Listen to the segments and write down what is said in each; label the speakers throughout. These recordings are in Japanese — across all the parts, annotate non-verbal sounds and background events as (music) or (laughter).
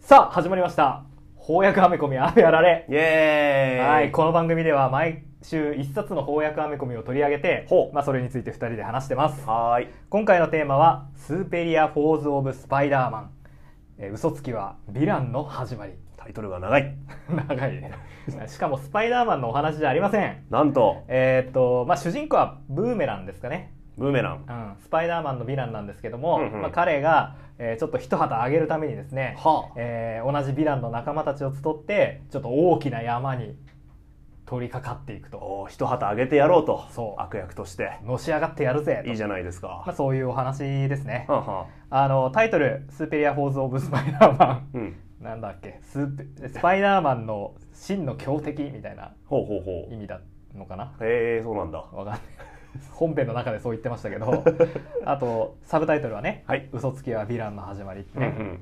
Speaker 1: さあ始まりました翻訳アメコミあるやられ
Speaker 2: イエーイ
Speaker 1: はい、この番組では毎週一冊の翻訳アメコミを取り上げて
Speaker 2: ほ、う
Speaker 1: まあ、それについて二人で話してます
Speaker 2: はーい
Speaker 1: 今回のテーマは「スーペリア・フォーズ・オブ・スパイダーマン」えー嘘つきはヴィランの始まり
Speaker 2: タイトルが (laughs) 長い
Speaker 1: 長いねしかもスパイダーマンのお話じゃありません
Speaker 2: なんと
Speaker 1: えーっとまあ主人公はブーメランですかね
Speaker 2: ブーメラン
Speaker 1: うん、スパイダーマンのヴィランなんですけども、
Speaker 2: うんうん
Speaker 1: まあ、彼が、えーちょっと一旗あげるためにですね、
Speaker 2: はあ
Speaker 1: えー同じヴィランの仲間たちを集ってちょっと大きな山に取り掛かっていくと
Speaker 2: おー一旗あげてやろうと
Speaker 1: そう
Speaker 2: 悪役として
Speaker 1: のし上がってやるぜと
Speaker 2: いいじゃないですか
Speaker 1: まあ、そういうお話ですね、
Speaker 2: はんは
Speaker 1: あのタイトル「スーペリア・フォーズ・オブ・スパイダーマ
Speaker 2: んうん
Speaker 1: ン」 (laughs) なんだっけスーペスパイダーマンの真の強敵みたいな
Speaker 2: ほうほうほ
Speaker 1: 意味だのかな
Speaker 2: うへえそうなんだ
Speaker 1: わかんない本編の中でそう言ってましたけどあとサブタイトルはね
Speaker 2: はい
Speaker 1: 「嘘つきはヴィランの始まり」って
Speaker 2: うんう
Speaker 1: ね、
Speaker 2: ん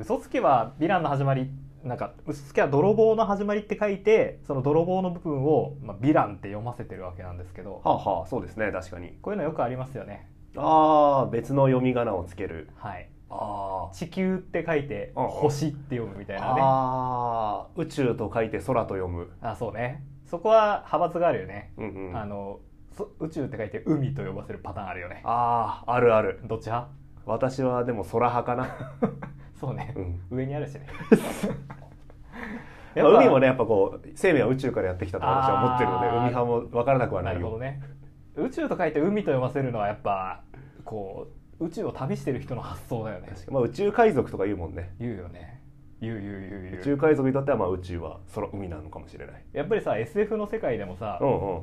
Speaker 1: 嘘つきはヴィランの始まりなんか嘘つきは泥棒の始まりって書いてその泥棒の部分を、まあ、ヴィランって読ませてるわけなんですけど
Speaker 2: はあはあそうですね確かに
Speaker 1: こういうのよくありますよね
Speaker 2: ああ別の読み仮名をつける
Speaker 1: はい
Speaker 2: あ
Speaker 1: 地球って書いて
Speaker 2: うんうん
Speaker 1: 星って読むみたいなねあ
Speaker 2: あー宇宙と書いて空と読む
Speaker 1: そうねそこは派閥があるよね、
Speaker 2: うんうん
Speaker 1: あのそ宇宙って書いて海と呼ばせるパターンあるよね
Speaker 2: あーあるある
Speaker 1: どっち派
Speaker 2: 私はでも空派かな、
Speaker 1: そうね、
Speaker 2: うん
Speaker 1: 上にあるしね
Speaker 2: (laughs) まあ海もねやっぱこう生命は宇宙からやってきたと私は思ってるので
Speaker 1: あー
Speaker 2: 海派も分からなくは
Speaker 1: な
Speaker 2: ない
Speaker 1: るほど
Speaker 2: よ
Speaker 1: ね宇宙と書いて海と読ませるのはやっぱこう宇宙を旅してる人の発想だよね
Speaker 2: まあ、宇宙海賊とか言うもんね
Speaker 1: 言うよね言う言う言う言う
Speaker 2: 宇宙海賊にとってはまあ宇宙は空海なのかもしれない
Speaker 1: やっぱりさ SF の世界でもさ、
Speaker 2: うんうん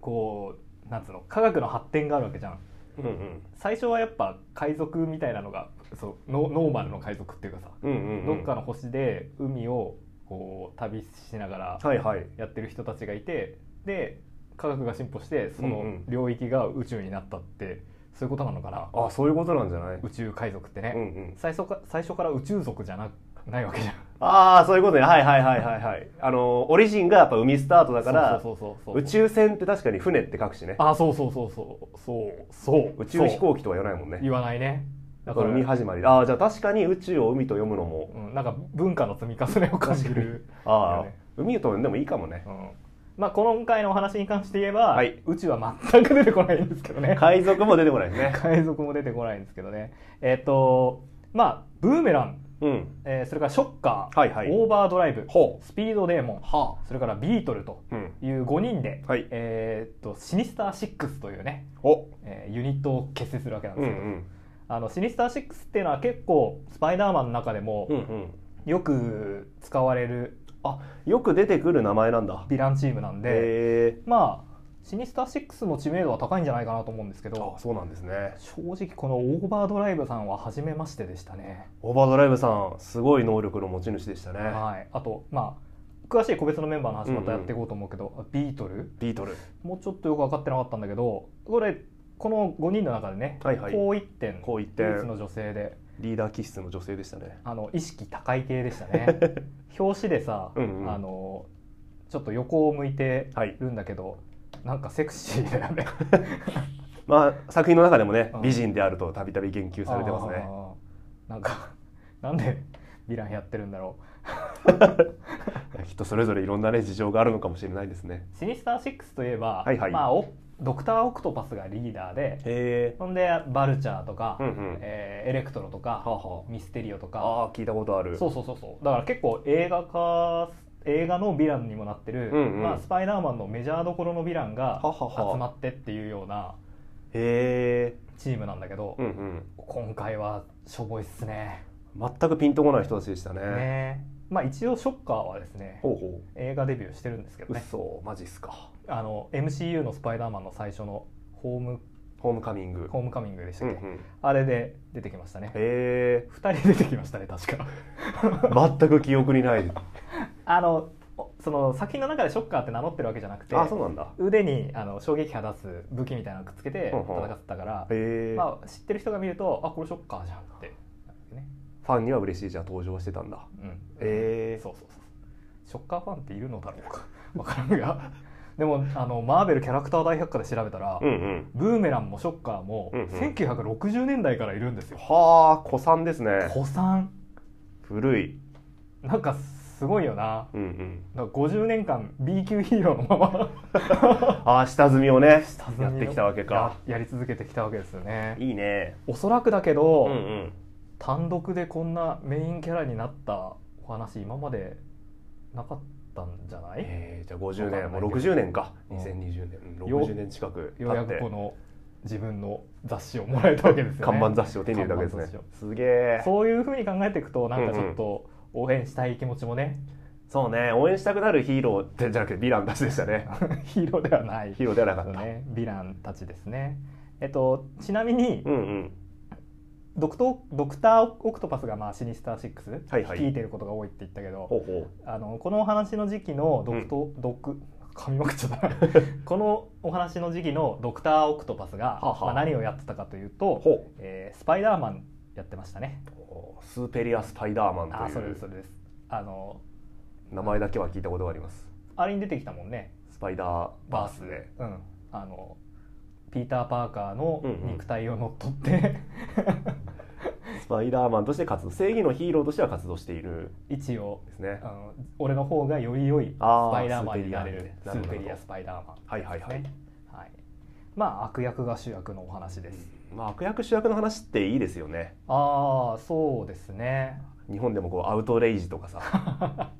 Speaker 1: こうなんつうの科学の発展があるわけじゃん
Speaker 2: うんうん
Speaker 1: 最初はやっぱ海賊みたいなのがそうノノーマルの海賊っていうかさ、
Speaker 2: うんうん
Speaker 1: どっかの星で海をこう旅しながら
Speaker 2: はいはい
Speaker 1: やってる人たちがいてで科学が進歩してそ
Speaker 2: うんう
Speaker 1: の
Speaker 2: ん
Speaker 1: 領域が宇宙になったって、そういうことなのかな
Speaker 2: あそういうことなんじゃない
Speaker 1: 宇宙海賊ってね、
Speaker 2: うんうん
Speaker 1: 最初か最初から宇宙族じゃなないわけじゃん
Speaker 2: ああそういうことねはいはいはいはいはいあのオリジンがやっぱ海スタートだから
Speaker 1: そうそうそうそう
Speaker 2: 宇宙船って確かに船って書くしね
Speaker 1: あそうそうそうそうそうそう
Speaker 2: 宇宙飛
Speaker 1: そう
Speaker 2: 行機とは言わないもんね
Speaker 1: 言わないね
Speaker 2: だから海始まりああじゃあ確かに宇宙を海と読むのも
Speaker 1: うん、なんか文化の積み重ねを感じる、
Speaker 2: ああ、
Speaker 1: だよね
Speaker 2: 海と読んでもいいかもね
Speaker 1: うん、まあ今回のお話に関して言えば、
Speaker 2: はい
Speaker 1: 宇宙は全く出てこないんですけどね
Speaker 2: 海賊も出てこないですね
Speaker 1: 海賊も出てこないんですけどねえっ、とまあブーメラン、
Speaker 2: うん
Speaker 1: えーそれからショッカー、
Speaker 2: はいはい
Speaker 1: オーバードライブ
Speaker 2: ほ
Speaker 1: スピードデーモン
Speaker 2: は
Speaker 1: それからビートルと
Speaker 2: あうん
Speaker 1: いう5人で、
Speaker 2: はい
Speaker 1: えーっとシニスター6というね、
Speaker 2: お
Speaker 1: えーユニットを結成するわけなん
Speaker 2: う
Speaker 1: で
Speaker 2: んう
Speaker 1: すけど、
Speaker 2: ん
Speaker 1: あのシニスター6っていうのは結構スパイダーマンの中でも
Speaker 2: うんうん
Speaker 1: よく使われる
Speaker 2: あよく出てくる名前なんだ
Speaker 1: ヴィランチームなんで、
Speaker 2: へえ
Speaker 1: まあシニスター6の知名度は高いんじゃないかなと思うんですけど
Speaker 2: あそうなんですね
Speaker 1: 正直このオーバードライブさんは初めましてでしたね、
Speaker 2: オーバードライブさんすごい能力の持ち主でしたね、
Speaker 1: はい、あとまあ詳しい個別のメンバーの話またやっていこうと思うけど、ビートル
Speaker 2: ビートル
Speaker 1: もうちょっとよく分かってなかったんだけどこれこの5人の中でね、
Speaker 2: はいはい
Speaker 1: こう一点
Speaker 2: こう言って
Speaker 1: 唯一の女性で
Speaker 2: リーダー気質の女性でしたね
Speaker 1: あの意識高い系でした
Speaker 2: (laughs)
Speaker 1: ね表紙でさ、
Speaker 2: うんうん
Speaker 1: あのちょっと横を向いて
Speaker 2: はい
Speaker 1: るんだけど、なんかセクシーだよね
Speaker 2: まあ作品の中でもね
Speaker 1: うん
Speaker 2: 美人であるとたびたび言 (laughs) 及されてますね
Speaker 1: あーなんか (laughs) なんでヴィランやってるんだろ
Speaker 2: きっとそれぞれいろんなね事情があるのかもしれないですね
Speaker 1: うシニスター6といえば、
Speaker 2: はいはい
Speaker 1: まあ、おドクター・オクトパスがリーダーで
Speaker 2: へえ
Speaker 1: ほんでバルチャーとか、
Speaker 2: うんうん
Speaker 1: えーエレクトロとか、
Speaker 2: あは
Speaker 1: ミステリオとか
Speaker 2: ああー聞いたことある
Speaker 1: そうそうそうそうだから結構映画化映画のヴィランにもなってる、
Speaker 2: うんうん
Speaker 1: まあ、スパイダーマンのメジャーどころのヴィランが
Speaker 2: ははは
Speaker 1: 集まってっていうような
Speaker 2: へえ
Speaker 1: チームなんだけど、
Speaker 2: うんうん
Speaker 1: 今回はしょぼいっすね。
Speaker 2: 全くピンとこない人たちでしたね
Speaker 1: ねまあ、一応ショッカーはですね
Speaker 2: ほうほ
Speaker 1: 映画デビューしてるんですけ
Speaker 2: う
Speaker 1: どね
Speaker 2: 嘘マジっすか
Speaker 1: あの MCU の「スパイダーマン」の最初のホーム
Speaker 2: ホームカミング
Speaker 1: ホームカミングでした
Speaker 2: うん
Speaker 1: っ
Speaker 2: う
Speaker 1: け、
Speaker 2: ん
Speaker 1: あれで出てきましたね
Speaker 2: へえ (laughs)
Speaker 1: 2人出てきましたね確か
Speaker 2: 全く記憶にない
Speaker 1: あのおその作品の中でショッカーって名乗ってるわけじゃなくて
Speaker 2: あそうなんだ
Speaker 1: 腕にあの衝撃波出す武器みたいなのくっつけて
Speaker 2: ほうほう
Speaker 1: 戦ってたから、
Speaker 2: へえ、
Speaker 1: まあ、知ってる人が見るとあこれショッカーじゃんってなるね、
Speaker 2: ファンには嬉しいじゃあ登場してたんだ
Speaker 1: うん
Speaker 2: へえ
Speaker 1: (laughs) そうそうそうショッカーファンっているのだろうかわからんがでもあのマーベルキャラクター大百科で調べたら、
Speaker 2: うんうん
Speaker 1: ブーメランもショッカーも、
Speaker 2: うんうん
Speaker 1: 1960年代からいるんですよ。
Speaker 2: はあ古参ですね
Speaker 1: 古参
Speaker 2: 古い
Speaker 1: なんかすごいよな。
Speaker 2: うんうん
Speaker 1: なんか50年間 B 級ヒーローのまま
Speaker 2: ああ下積みをねやってきたわけか
Speaker 1: ややり続けてきたわけですよね
Speaker 2: いいね
Speaker 1: おそらくだけど、
Speaker 2: うんうん
Speaker 1: 単独でこんなメインキャラになったお話今までなかったんじゃない
Speaker 2: えー、じゃあ50年もう60年か
Speaker 1: うん
Speaker 2: 2020年うん
Speaker 1: よ
Speaker 2: 60年近く
Speaker 1: よう
Speaker 2: 経
Speaker 1: や
Speaker 2: って
Speaker 1: くこの自分の雑誌をもらえたわけですよね
Speaker 2: 看板雑誌を手に入れたわけです
Speaker 1: 看板
Speaker 2: ね
Speaker 1: 雑
Speaker 2: すげえそう
Speaker 1: そういうふうに考えていくとなんかちょっと応援したい気持ちもね、 (laughs)
Speaker 2: ね応援したくなるヒーローってじゃなくてヴィランたちでし
Speaker 1: (laughs)
Speaker 2: たね
Speaker 1: ヒーローではない
Speaker 2: ヒーローではなか
Speaker 1: あの
Speaker 2: った、
Speaker 1: ねヴィランたちですねえっとちなみに
Speaker 2: うんうん
Speaker 1: ドクトドクター・オクトパスが、まあ、シニスター6、
Speaker 2: はいはい
Speaker 1: 聞いてることが多いって言ったけど
Speaker 2: ほうほう
Speaker 1: あのこのお話の時期のドクト、ドク噛みまくっちゃ
Speaker 2: (laughs)
Speaker 1: ったなこのお話の時期のドクター・オクトパスが
Speaker 2: はあはあ
Speaker 1: まあ、何をやってたかというと、
Speaker 2: ほう
Speaker 1: えースパイダーマンやってましたね
Speaker 2: おースーペリア・スパイダーマン
Speaker 1: あー
Speaker 2: と
Speaker 1: それ
Speaker 2: い
Speaker 1: ですそうれですあの
Speaker 2: 名前だけは聞いたことがあります
Speaker 1: あれに出てきたもんね
Speaker 2: スパイダーバースで
Speaker 1: うんあのピーター・パーカーの
Speaker 2: うんうん
Speaker 1: 肉体を乗っ取って、 (laughs)
Speaker 2: スパイダーマンとして活動正義のヒーローとしては活動している
Speaker 1: 一応
Speaker 2: んですね
Speaker 1: あの俺の方がより良いス
Speaker 2: あー
Speaker 1: パイダーマンになれるス
Speaker 2: スー
Speaker 1: ー
Speaker 2: ペリアね
Speaker 1: ペリアスパイダーマン
Speaker 2: はいはいはい、
Speaker 1: ねはい、まあ悪役が主役のお話です、
Speaker 2: まあ悪役主役の話っていいですよね
Speaker 1: ああそうですね
Speaker 2: 日本でもこうアウトレイジとかさ (laughs)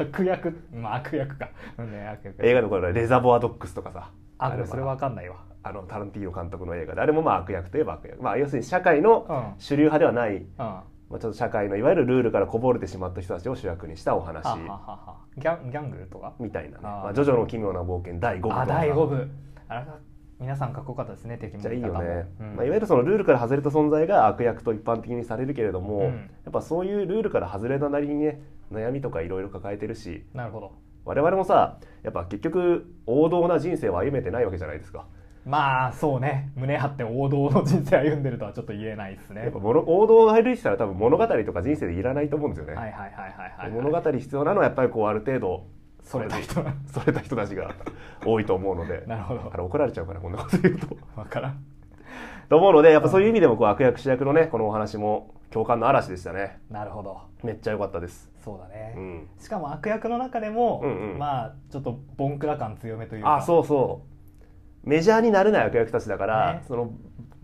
Speaker 1: 悪役まあ悪役か、うんね、悪役
Speaker 2: 映画の頃はレザボアドッグスとかさ
Speaker 1: あ
Speaker 2: あ
Speaker 1: で
Speaker 2: れ
Speaker 1: も
Speaker 2: は
Speaker 1: それわかんないわ、
Speaker 2: あのタランティーノ監督の映画であれもまあ悪役といえば悪役まあ要するに社会の
Speaker 1: うんうん、
Speaker 2: 主流派ではない、
Speaker 1: あ
Speaker 2: まあ、ちょっと社会のいわゆるルールからこぼれてしまった人たちを主役にしたお
Speaker 1: はは
Speaker 2: 話
Speaker 1: はギャンギャングルとか
Speaker 2: みたいなね
Speaker 1: あー
Speaker 2: まあ、ジョジョの奇妙な冒険第5部と
Speaker 1: あ
Speaker 2: かさ
Speaker 1: 第5部あれが皆さんかっこよかったですね敵
Speaker 2: めっ
Speaker 1: も
Speaker 2: ちゃいいよね、
Speaker 1: うん
Speaker 2: まあ、いわゆるそのルールから外れた存在が悪役と一般的にされるけれども、
Speaker 1: うん
Speaker 2: やっぱそういうルールから外れたなりにね悩みとかいろいろ抱えてるし
Speaker 1: なるほど
Speaker 2: 我々もさやっぱ結局王道な人生を歩めてないわけじゃないですか、
Speaker 1: まあそうね胸張って王道の人生歩んでるとはちょっと言えないですね
Speaker 2: やっぱ物王道を歩いてたら多分物語とか人生でいらないと思うんですよね、
Speaker 1: はいはいはいはいはい、はい、
Speaker 2: 物語必要なのはやっぱりこうある程度
Speaker 1: それた人な
Speaker 2: それた人たちが多いと思うので
Speaker 1: (laughs) なるほど
Speaker 2: あれ怒られちゃうからこんなこと言うと
Speaker 1: わからん
Speaker 2: と思うのでやっぱそういう意味でもこう悪役主役のねこのお話も共感の嵐でしたね
Speaker 1: なるほど
Speaker 2: めっちゃ良かったです
Speaker 1: そうだね、
Speaker 2: うん
Speaker 1: しかも悪役の中でも、
Speaker 2: うんうん
Speaker 1: まあちょっとボンクラ感強めというか
Speaker 2: あそうそうメジャーになれない悪役たちだから、
Speaker 1: ね
Speaker 2: その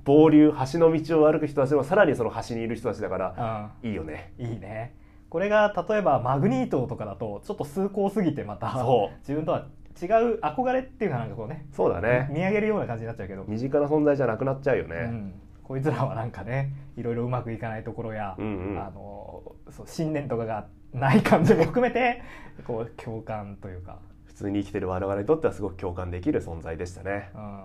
Speaker 2: 暴流橋の道を歩く人たちもさらにその橋にいる人たちだからいいよね
Speaker 1: うん、いいねこれが例えばマグニートとかだとちょっと崇高すぎてまた
Speaker 2: そ
Speaker 1: 自分とは違う憧れっていうかなんかこうね
Speaker 2: そうだね
Speaker 1: 見上げるような感じになっちゃうけど、
Speaker 2: 身近な存在じゃなくなっちゃうよ
Speaker 1: う
Speaker 2: ね、
Speaker 1: んこいつらはなんかねいろいろうまくいかないところや、
Speaker 2: うんうん
Speaker 1: あのそう信念とかがない感じも (laughs) 含めてこう共感というか
Speaker 2: 普通に生きてる我々にとってはすごく共感できる存在でしたね
Speaker 1: うん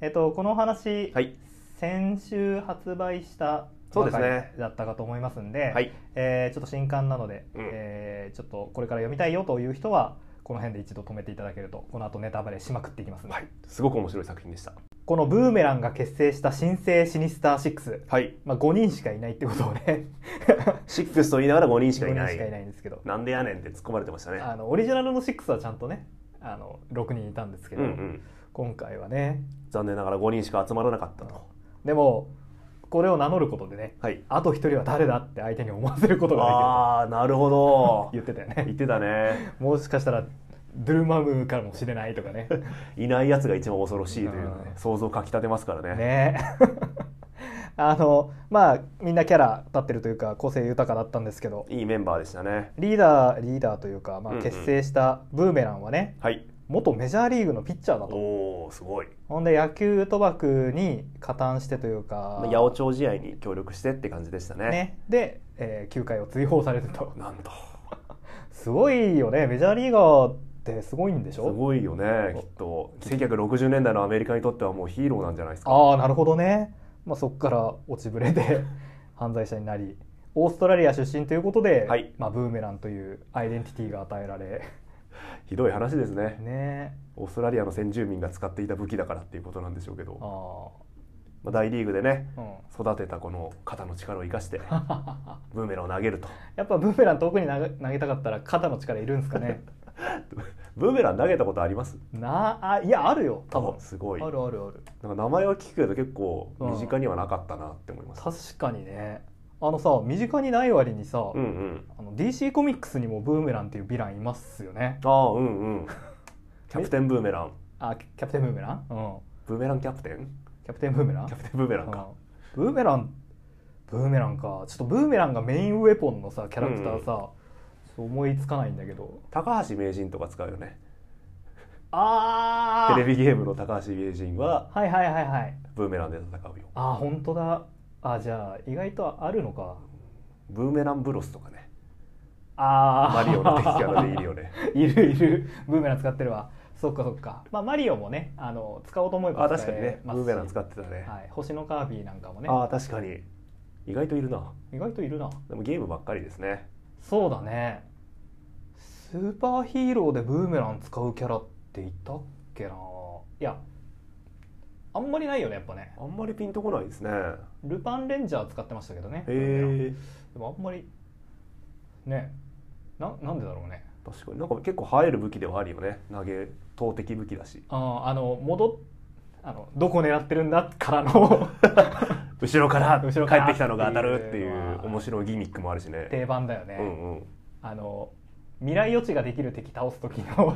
Speaker 1: えっと、このお話、
Speaker 2: はい
Speaker 1: 先週発売した
Speaker 2: そうですね
Speaker 1: ばかりだったかと思いますんで、
Speaker 2: はい
Speaker 1: えーちょっと新刊なので、
Speaker 2: うん
Speaker 1: えーちょっとこれから読みたいよという人はこの辺で一度止めていただけるとこの後ネタバレしまくっていきますんで、
Speaker 2: はいすごく面白い作品でした
Speaker 1: この「ブーメラン」が結成した新生シニスター6、
Speaker 2: はい
Speaker 1: まあ、5人しかいないってことをね
Speaker 2: 6と言いながら5人しかい
Speaker 1: 5人
Speaker 2: ない
Speaker 1: しかいないんですけど
Speaker 2: なんでやねんって突っ込まれてましたね
Speaker 1: あのオリジナルの6はちゃんとねあの6人いたんですけ
Speaker 2: うん
Speaker 1: ど、
Speaker 2: うん
Speaker 1: 今回はね
Speaker 2: 残念ながら5人しか集まらなかったと
Speaker 1: でもこれを名乗ることでね
Speaker 2: はい
Speaker 1: あと一人は誰だって相手に思わせることができると
Speaker 2: ああなるほ (laughs) ど
Speaker 1: 言ってたよね
Speaker 2: 言ってたね
Speaker 1: もしかしたらドゥルマムかもしれないとかね
Speaker 2: いないやつが一番恐ろしいというのはね
Speaker 1: うん
Speaker 2: 想像をかきたてますからね
Speaker 1: ね (laughs) あのまあみんなキャラ立ってるというか個性豊かだったんですけど
Speaker 2: いいメンバーでしたね
Speaker 1: リーダーリーダーというか、ま
Speaker 2: う
Speaker 1: あ、
Speaker 2: んうん
Speaker 1: 結成したブーメランはね、
Speaker 2: はい
Speaker 1: 元メジャーリーグのピッチャーだと
Speaker 2: おおすごい
Speaker 1: ほんで野球賭博に加担してというか
Speaker 2: まあ八百長試合に協力してって感じでしたね
Speaker 1: ねで、えー球界を追放されると (laughs)
Speaker 2: なんと
Speaker 1: すごいよねメジャーリーガーってすごいんでし
Speaker 2: す
Speaker 1: ょ
Speaker 2: ごいよねきっと1960年代のアメリカにとってはもうヒーローなんじゃないですか
Speaker 1: ああなるほどね、まあ、そこから落ちぶれで (laughs) 犯罪者になりオーストラリア出身ということで、
Speaker 2: はい
Speaker 1: まあ、ブーメランというアイデンティティが与えら
Speaker 2: (laughs)
Speaker 1: れ
Speaker 2: ひどい話ですね
Speaker 1: ね
Speaker 2: オーストラリアの先住民が使っていた武器だからっていうことなんでしょうけど、
Speaker 1: あ
Speaker 2: まあ、大リーグでね
Speaker 1: あうん (laughs)
Speaker 2: 育てたこの肩の力を生かしてブーメランを投げると (laughs)
Speaker 1: やっぱブーメラン遠くに投げ投げたかったら肩の力いるんですかね
Speaker 2: ブーメラン投げたことあります
Speaker 1: なあいやあるよ多
Speaker 2: 多
Speaker 1: 分
Speaker 2: 分すごい
Speaker 1: あ
Speaker 2: なんか
Speaker 1: るあるある
Speaker 2: 名前は聞くけど結構身近にはなかったなって思います
Speaker 1: 確かにねあのさ身近にない割にさ、
Speaker 2: うんうん
Speaker 1: あの DC コミックスにもブーメランっていうヴィランいますよね
Speaker 2: ああうん
Speaker 1: (laughs)
Speaker 2: うんキャプテンブーメラン
Speaker 1: あキキャプテンブーメランうん
Speaker 2: ブーメランキャプテン
Speaker 1: キャプテンブーメラン
Speaker 2: キャプテンブーメランか
Speaker 1: うんブーメランブーメランかちょっとブーメランがメインウェポンのさキャラクターさ、そう思いつかないんだけど
Speaker 2: 高橋名人とか使うよね
Speaker 1: あー
Speaker 2: テレビゲームの高橋名人は
Speaker 1: はいはいはいはい
Speaker 2: ブーメランで戦うよ
Speaker 1: あー本当だあじゃあ意外とあるのか
Speaker 2: ブーメランブロスとかね
Speaker 1: あ
Speaker 2: マ
Speaker 1: あ
Speaker 2: リオの敵キャラでいる
Speaker 1: (laughs)
Speaker 2: よね
Speaker 1: いるいるブーメラン使ってるわそっかそっかまあマリオもねあの使おうと思えば
Speaker 2: あ確かにねブ
Speaker 1: ますし
Speaker 2: ーメラン使ってたね
Speaker 1: はい、星のカービィなんかもね
Speaker 2: あ確かに意外といるな
Speaker 1: 意外といるな
Speaker 2: でもゲームばっかりですね
Speaker 1: そうだねスーパーヒーローでブーメラン使うキャラっていたっけないやあんまりないよねやっぱね
Speaker 2: あんまりピンとこないですね
Speaker 1: ルパンレンジャー使ってましたけどねブーメランで
Speaker 2: へえ
Speaker 1: もあんまりねななんでだろうね
Speaker 2: 確かになんか結構生える武器ではあるよね投げ投擲武器だし
Speaker 1: あーあの戻っあのどこ狙ってるんだから
Speaker 2: (laughs)
Speaker 1: の
Speaker 2: 後ろから
Speaker 1: 後
Speaker 2: 帰
Speaker 1: ろから
Speaker 2: ってきたのが当たるってい
Speaker 1: っていうの
Speaker 2: う
Speaker 1: は
Speaker 2: 面白いギミックもあるしね
Speaker 1: 定番だよね、
Speaker 2: うんうん
Speaker 1: あの未来予知ができる敵倒す時
Speaker 2: (laughs)
Speaker 1: の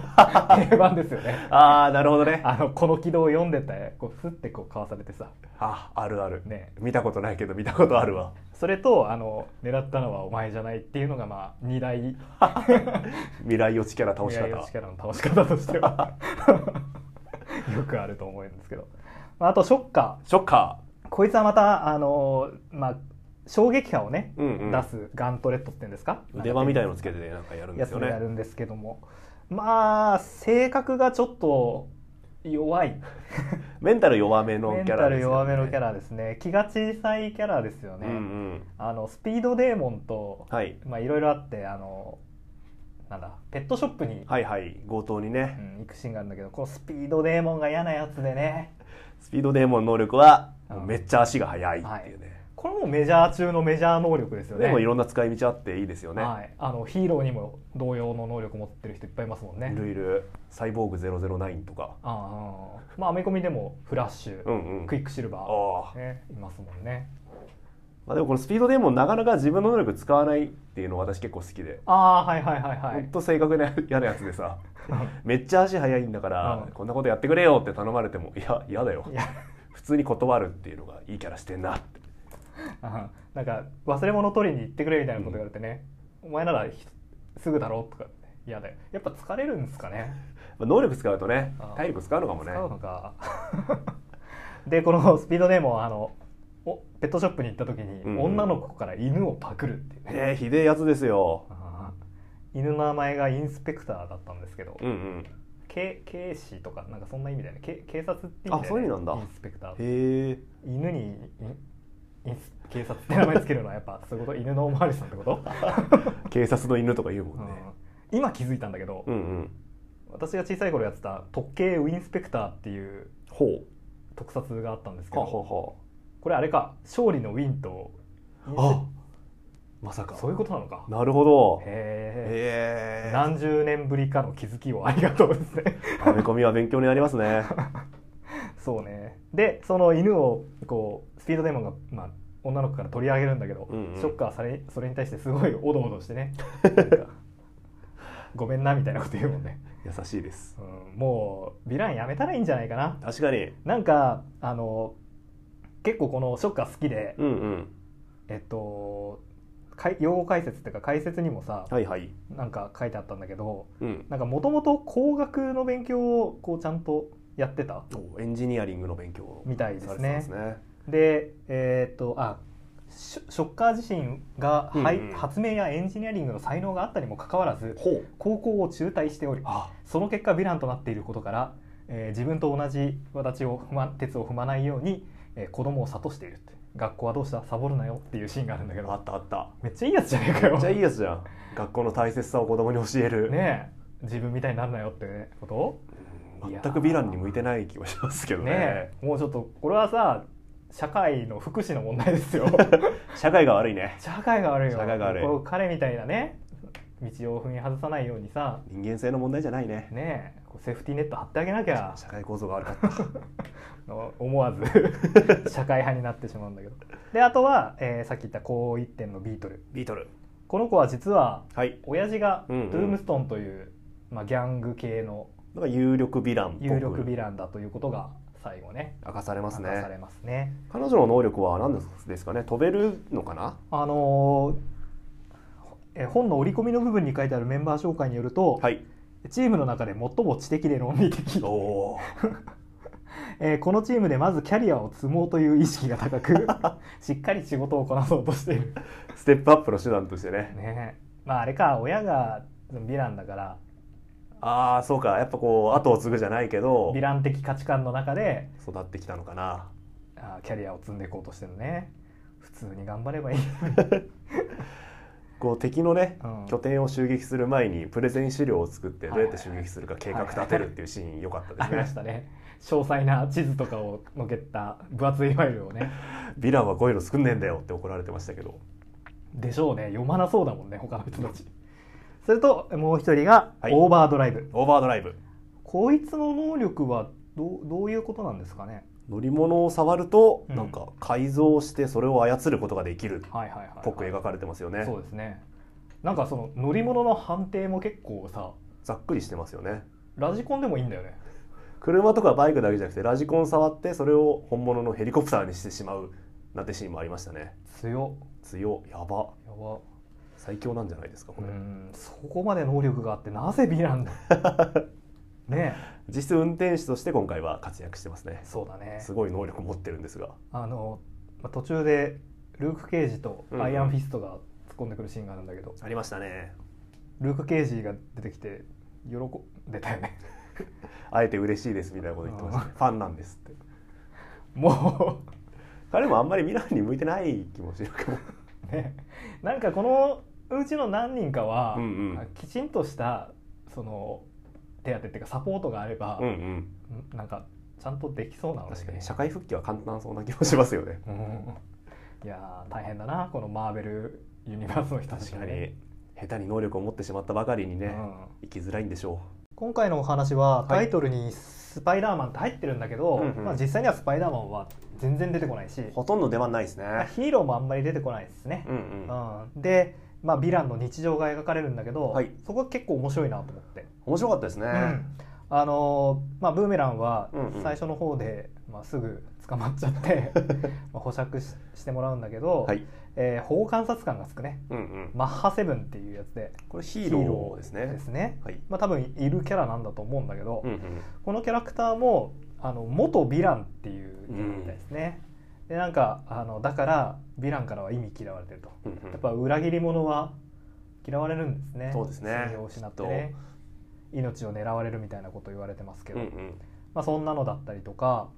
Speaker 1: 定番ですよね
Speaker 2: ああなるほどね
Speaker 1: あのこの軌道を読んでたらこうスッてこうかわされてさ
Speaker 2: ああるある
Speaker 1: ね
Speaker 2: 見たことないけど見たことあるわ
Speaker 1: それとあの狙ったのはお前じゃないっていうのがまあ2大未
Speaker 2: 未来予知キャラ倒し
Speaker 1: 来予
Speaker 2: 方
Speaker 1: 知キャラの倒し方としては (laughs) よくあると思うんですけど、まあ、あとショッカ
Speaker 2: ショッカ
Speaker 1: ーこいつはまたあのまあ衝撃波をね、
Speaker 2: ー、うんうん、
Speaker 1: 出すガントレットっていうんですか
Speaker 2: 腕輪みたいのつけてねなんかやるんで
Speaker 1: や
Speaker 2: す
Speaker 1: つ
Speaker 2: よ
Speaker 1: をや
Speaker 2: ね
Speaker 1: るんですけどもまあ性格がちょっと弱い
Speaker 2: メンタル弱めの
Speaker 1: メン
Speaker 2: キャ
Speaker 1: タ
Speaker 2: ラで
Speaker 1: ル
Speaker 2: すよ
Speaker 1: 弱
Speaker 2: ね
Speaker 1: めのキャラですね気が小さいキャラですよね、
Speaker 2: うんうん
Speaker 1: あのスピードデーモンと
Speaker 2: はい
Speaker 1: まあいろいろあってあのなんだペットショップに、
Speaker 2: はいはい強盗にね
Speaker 1: うん、行くシーンがあるんだけどこのスピードデーモンが嫌なやつでね
Speaker 2: スピードデーモンの能力は
Speaker 1: うん
Speaker 2: もうめっちゃ足が速いっていうね、
Speaker 1: これもメジャー中のメジャー能力ですよね
Speaker 2: でもいろんな使い道あっていいですよね、
Speaker 1: はい、あのヒーローにも同様の能力持ってる人いっぱいいますもんね
Speaker 2: いろいろサイボーグ009とか
Speaker 1: ああまあアメコミでもフラッシュ、
Speaker 2: うんうん
Speaker 1: クイックシルバー
Speaker 2: ああ、
Speaker 1: ね、いますもんね
Speaker 2: まあ、でもこのスピードデーモンなかなか自分の能力使わないっていうの私結構好きで、
Speaker 1: ああーはいはいはいは
Speaker 2: ほ
Speaker 1: い
Speaker 2: んと正確な嫌なやつ
Speaker 1: (laughs)
Speaker 2: でさめっちゃ足速いんだから、
Speaker 1: うん
Speaker 2: こんなことやってくれよって頼まれてもいや嫌だよ
Speaker 1: いや
Speaker 2: 普通に断るっていうのがいいキャラしてんなって
Speaker 1: あーなんか忘れ物取りに行ってくれみたいなこと言われてね、お前ならひすぐだろうとかって嫌だよやっぱ疲れるんですかね
Speaker 2: まあ能力使うとね
Speaker 1: ああ
Speaker 2: 体力使うのかもね
Speaker 1: 使うのか (laughs) でこのスピードネームはあのおペットショップに行った時に、
Speaker 2: うんうん
Speaker 1: 女の子から犬をパクるっていうね、
Speaker 2: えー、ひでえやつですよ
Speaker 1: あー犬の名前がインスペクターだったんですけど、
Speaker 2: うんうん
Speaker 1: け警視とかなんかそんな意味だよねけ警察って意味だよね
Speaker 2: あそういう意味なんだ
Speaker 1: インスペクターって
Speaker 2: へえ
Speaker 1: 犬にインインス警察って名前つけるのはやっぱそういうこと犬のおまわりさんって
Speaker 2: (laughs)
Speaker 1: こと、
Speaker 2: 警察の犬とか言うもんね、
Speaker 1: うん今気づいたんだけど、
Speaker 2: うんうん
Speaker 1: 私が小さい頃やってた「特警ウィンスペクター」っていう
Speaker 2: ほう
Speaker 1: 特撮があったんですけ
Speaker 2: は
Speaker 1: ど
Speaker 2: あはあは
Speaker 1: これあれか勝利のウィンとインスペ
Speaker 2: ああまさか
Speaker 1: そういうことなのか
Speaker 2: なるほど
Speaker 1: へえ
Speaker 2: へえ
Speaker 1: 何十年ぶりかの気づきをありがとうですね
Speaker 2: アメコミは勉強になります
Speaker 1: (laughs)
Speaker 2: ね
Speaker 1: そうねでその犬をこうスピードデーモンが、まあ、女の子から取り上げるんだけど、
Speaker 2: うんうん
Speaker 1: ショッカーはそれそれに対してすごいおどおどして
Speaker 2: (laughs)
Speaker 1: ねなんかごめんなみたいなこと言うもんね、
Speaker 2: 優しいです
Speaker 1: うん、もうヴィランやめたらいいんじゃないかな
Speaker 2: 確かに
Speaker 1: なんかあの結構このショッカー好きで、
Speaker 2: うんうん
Speaker 1: えっとかい用語解説っていうか解説にもさ、
Speaker 2: はいはい
Speaker 1: なんか書いてあったんだけど
Speaker 2: うん
Speaker 1: なんかもともと工学の勉強をこうちゃんとやってた
Speaker 2: おエンジニアリングの勉強を
Speaker 1: みたいですね
Speaker 2: されてたんですね
Speaker 1: でえーっとあショショッカー自身が、
Speaker 2: うんうん
Speaker 1: はい発明やエンジニアリングの才能があったにもかかわらず
Speaker 2: ほう
Speaker 1: 高校を中退しており
Speaker 2: あ
Speaker 1: その結果ヴィランとなっていることから、えー自分と同じ轍を踏ま鉄を踏まないように、えー子供を諭しているって学校はどうしたサボるなよっていうシーンがあるんだけ
Speaker 2: あ
Speaker 1: ど
Speaker 2: ったあった
Speaker 1: めっちゃいいやつじゃねえか
Speaker 2: めっ
Speaker 1: よ
Speaker 2: ちゃいいやつじゃん学校の大切さを子供に教える、
Speaker 1: ねえ自分みたいになるなよってこと
Speaker 2: うん全くヴィランに向いてない気はしますけどね
Speaker 1: ねえもうちょっとこれはさ社会の福祉の問題ですよ
Speaker 2: 社会が悪いね
Speaker 1: 社会が悪いよ
Speaker 2: 社会が悪い
Speaker 1: こう彼みたいなね道を踏み外さないようにさ
Speaker 2: 人間性の問題じゃないね
Speaker 1: ねえこうセーフティーネット張ってあげなきゃ
Speaker 2: 社会構造が悪かった
Speaker 1: の思わず
Speaker 2: (laughs)
Speaker 1: 社会派になってしまうんだけどであとは、えーさっき言った高1点のビートル
Speaker 2: ビートル
Speaker 1: この子は実は
Speaker 2: はい
Speaker 1: 親父がド
Speaker 2: うんうん
Speaker 1: ゥームストーンという、まあ、ギャング系の
Speaker 2: なんか有力ヴィランっぽく
Speaker 1: 有力ヴィランだということが最後ね
Speaker 2: 明かされます
Speaker 1: 明かさ
Speaker 2: ね
Speaker 1: れますね
Speaker 2: 彼女の能力は何ですかね飛べるのかな
Speaker 1: あのーえ本の折り込みの部分に書いてあるメンバー紹介によると、
Speaker 2: はい
Speaker 1: チームの中で最も知的で論理的
Speaker 2: お、お
Speaker 1: えーこのチームでまずキャリアを積もうという意識が高
Speaker 2: (laughs)
Speaker 1: くしっかり仕事をこなそうとしている
Speaker 2: ステップアップの手段としてね
Speaker 1: ねまああれか親がヴィランだから
Speaker 2: ああそうかやっぱこう後を継ぐじゃないけど
Speaker 1: ヴィラン的価値観の中で
Speaker 2: 育ってきたのかな
Speaker 1: あーキャリアを積んでいこうとしてるね普通に頑張ればいい、
Speaker 2: こう敵のね
Speaker 1: うん
Speaker 2: 拠点を襲撃する前にプレゼン資料を作ってどうやって襲撃するか計画立てるっていうシーン良かったで
Speaker 1: あ
Speaker 2: す
Speaker 1: りまし
Speaker 2: ね
Speaker 1: たね詳細な地図とかをのけた分厚いファイルをね
Speaker 2: ヴィランはこういうの作んねえんだよって怒られてましたけど
Speaker 1: でしょうね読まなそうだもんね他の人たちそれともう一人が
Speaker 2: はい
Speaker 1: オーバードライブ、
Speaker 2: オーバードライブ
Speaker 1: こいつの能力はどうどういうことなんですかね
Speaker 2: 乗り物を触ると
Speaker 1: うん
Speaker 2: なんか改造してそれを操ることができるっ
Speaker 1: はいはいはい、はい、
Speaker 2: ぽく描かれてますよね
Speaker 1: そうですねなんかその乗り物の判定も結構さ
Speaker 2: ざっくりしてますよね
Speaker 1: ラジコンでもいいんだよね
Speaker 2: 車とかバイクだけじゃなくてラジコン触ってそれを本物のヘリコプターにしてしまうなんてシーンもありましたね
Speaker 1: 強
Speaker 2: 強やば
Speaker 1: やば
Speaker 2: 最強なんじゃないですかこ
Speaker 1: う
Speaker 2: れ、
Speaker 1: んそこまで能力があってなぜヴィラン
Speaker 2: (laughs)
Speaker 1: だね
Speaker 2: 実質運転手として今回は活躍してますね
Speaker 1: えそうだね
Speaker 2: すごい能力持ってるんですが
Speaker 1: あの、まあ、途中でルーク・ケイジとアイアンフィストが突っ込んでくるシーンがあるんだけど、
Speaker 2: ありましたね
Speaker 1: ルーク・ケイジが出てきて喜んでたよね
Speaker 2: あえて嬉しいですみたいなこと言ってましたねファンなんですって
Speaker 1: も
Speaker 2: 彼もあんまりミランに向いてない気もするかも
Speaker 1: うねなんかこのうちの何人かは、
Speaker 2: うんうん
Speaker 1: きちんとしたその手当てっていうかサポートがあれば、
Speaker 2: うんうん
Speaker 1: なんかちゃんとできそうなの
Speaker 2: 確か
Speaker 1: ね
Speaker 2: に社会復帰は簡単そうな気もしますよね
Speaker 1: うんいやー大変だなこのマーベルユニバースの人たち
Speaker 2: 確
Speaker 1: が
Speaker 2: か
Speaker 1: ね
Speaker 2: に下手に能力を持ってしまったばかりにね、
Speaker 1: うん
Speaker 2: 生きづらいんでしょ
Speaker 1: 今回のお話は
Speaker 2: はい
Speaker 1: タイトルに「スパイダーマン」って入ってるんだけど、
Speaker 2: うんうん
Speaker 1: まあ、実際にはスパイダーマンは全然出てこないし
Speaker 2: うほとんど出番ないですね
Speaker 1: ヒーローもあんまり出てこないですね
Speaker 2: う、ん
Speaker 1: う
Speaker 2: うん
Speaker 1: んで、まあ、ヴィランの日常が描かれるんだけど、
Speaker 2: はい
Speaker 1: そこが結構面白いなと思って、
Speaker 2: 面白かったですね、
Speaker 1: うんあのーまあ、ブーメランは
Speaker 2: うんうん
Speaker 1: 最初の方で、まあ、すぐ捕まっちゃって
Speaker 2: (laughs)
Speaker 1: まあ保釈ししてもらうんだけど、
Speaker 2: はい
Speaker 1: えー保護観察官がつくね
Speaker 2: うんうん
Speaker 1: マッハセブンっていうやつで
Speaker 2: これヒーローですね
Speaker 1: ですね、
Speaker 2: はい
Speaker 1: まあ、多分いるキャラなんだと思うんだけど、
Speaker 2: うんうん
Speaker 1: このキャラクターもあの元ヴィランっていうキャラみたいですね、でなんかあのだからヴィランからは意味嫌われてると
Speaker 2: うんうん
Speaker 1: やっぱ裏切り者は嫌われるんですね
Speaker 2: そうですね
Speaker 1: 信用を失ってね命を狙われるみたいなこと言われてますけ
Speaker 2: う
Speaker 1: ど、
Speaker 2: んうん
Speaker 1: まあ、そんなのだったりとか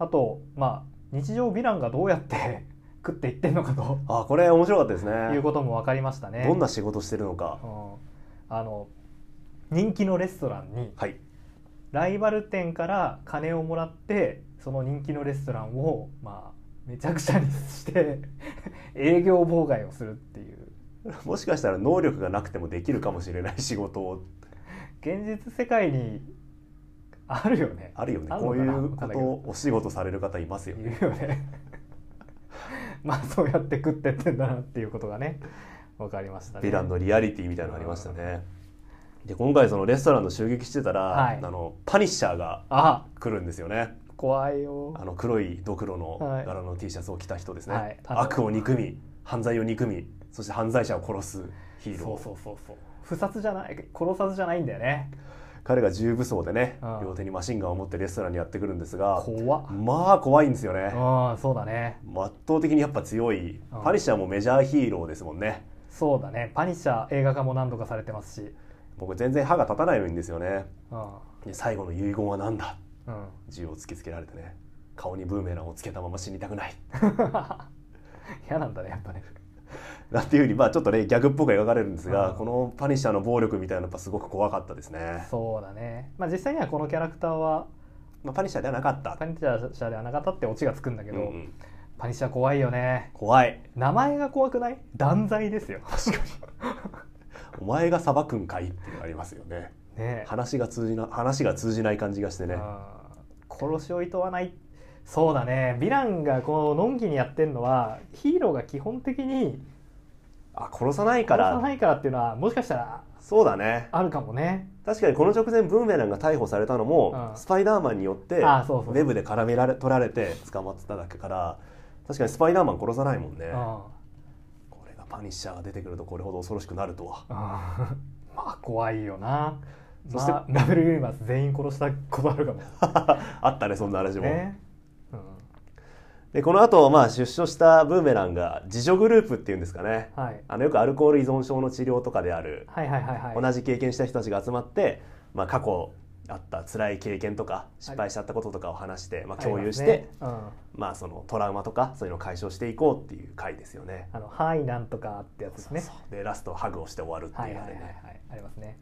Speaker 1: あとまあ日常ヴィランがどうやって (laughs) 食っていってんのかと
Speaker 2: あこれ面白かったですね
Speaker 1: いうことも分かりましたね
Speaker 2: どんな仕事してるのか
Speaker 1: うんあの人気のレストランに
Speaker 2: はい
Speaker 1: ライバル店から金をもらってその人気のレストランをまあめちゃくちゃにして (laughs) 営業妨害をするっていう
Speaker 2: もしかしたら能力がなくてもできるかもしれない仕事を
Speaker 1: 現実世界にあるよね
Speaker 2: あるよね
Speaker 1: ある
Speaker 2: こ
Speaker 1: の
Speaker 2: う
Speaker 1: か
Speaker 2: い
Speaker 1: な
Speaker 2: うことをお仕事される方いますよ
Speaker 1: い
Speaker 2: ね
Speaker 1: るよね (laughs) まあそうやって食ってってんだなっていうことがねわかりましたね
Speaker 2: ヴィランのリアリティみたいなのありましたねで今回そのレストランの襲撃してたら、
Speaker 1: はい
Speaker 2: あのパニッシャーが
Speaker 1: あ
Speaker 2: 来るんですよね
Speaker 1: 怖いよ
Speaker 2: あの黒いドクロの
Speaker 1: はい
Speaker 2: 柄の T シャツを着た人ですね、
Speaker 1: はいあの
Speaker 2: 悪を憎み犯罪を憎みそして犯罪者を殺すヒーロー
Speaker 1: そうそうそうそう不殺じゃない殺さずじゃないんだよね
Speaker 2: 彼が重武装でね、
Speaker 1: うん
Speaker 2: 両手にマシンガンを持ってレストランにやってくるんですが
Speaker 1: 怖っ
Speaker 2: まあ怖いんですよね
Speaker 1: うんそうだね
Speaker 2: 圧倒的にやっぱ強い
Speaker 1: うん
Speaker 2: パニッシャーもメジャーヒーローですもんね
Speaker 1: そうだねパニッシャー映画化も何度かされてますし
Speaker 2: 僕全然歯が立たないんですよね
Speaker 1: うん
Speaker 2: で最後の遺言は何だ
Speaker 1: うん
Speaker 2: 銃を突きつけられてね顔にブーメランをつけたまま死にたくない (laughs)
Speaker 1: 嫌なんだねやっぱね
Speaker 2: なんていうふうにまあちょっとねギャグっぽく描かれるんですが、
Speaker 1: うん
Speaker 2: このパニッシャーの暴力みたいなのやっぱすごく怖かったですね、
Speaker 1: そうだねまあ実際にはこのキャラクターは
Speaker 2: まあ、パニッシャーではなかった
Speaker 1: パニッシャーではなかったってオチがつくんだけど、
Speaker 2: うんうん
Speaker 1: パニッシャー怖いよね
Speaker 2: 怖い
Speaker 1: 名前が怖くない断罪ですよ確かに
Speaker 2: お前が裁くんかいっていうのありますよね
Speaker 1: ね
Speaker 2: 話が通じな話が通じない感じがしてね
Speaker 1: あー殺しをいとわないそうだねヴィランがこうのんきにやってるのはヒーローが基本的に
Speaker 2: あ殺さないか
Speaker 1: 殺さ
Speaker 2: ら
Speaker 1: ないからっていうのはもしかしたら
Speaker 2: そうだね
Speaker 1: あるかもね
Speaker 2: 確かにこの直前ブーメランが逮捕されたのも、
Speaker 1: うん
Speaker 2: スパイダーマンによって
Speaker 1: あそうそう
Speaker 2: ウェブで絡められ取られて捕まってただけから確かにスパイダーマン殺さないもんね
Speaker 1: うん
Speaker 2: これがパニッシャーが出てくるとこれほど恐ろしくなるとは (laughs)
Speaker 1: うんまあ怖いよな
Speaker 2: そして
Speaker 1: まあラベルユニバース全員殺したことあるかも
Speaker 2: あったねそんな話も、
Speaker 1: ね、うん、
Speaker 2: でこの後、まあ出所したブーメランが自助グループっていうんですかね
Speaker 1: はい
Speaker 2: あのよくアルコール依存症の治療とかである、
Speaker 1: はいはいはいはい
Speaker 2: 同じ経験した人たちが集まって、まあ、過去あった辛い経験とか失敗しちゃったこととかを話して、まあ、共有して
Speaker 1: ありますね
Speaker 2: まあ、そのトラウマとかそういうのを解消していこうっていう回ですよね。
Speaker 1: うん、あの「はいなんとか」ってやつですね
Speaker 2: そうそうでラストハグをして終わるって
Speaker 1: はい
Speaker 2: いう
Speaker 1: はい
Speaker 2: あ
Speaker 1: は
Speaker 2: れ
Speaker 1: い、は
Speaker 2: ね。
Speaker 1: い、ありますね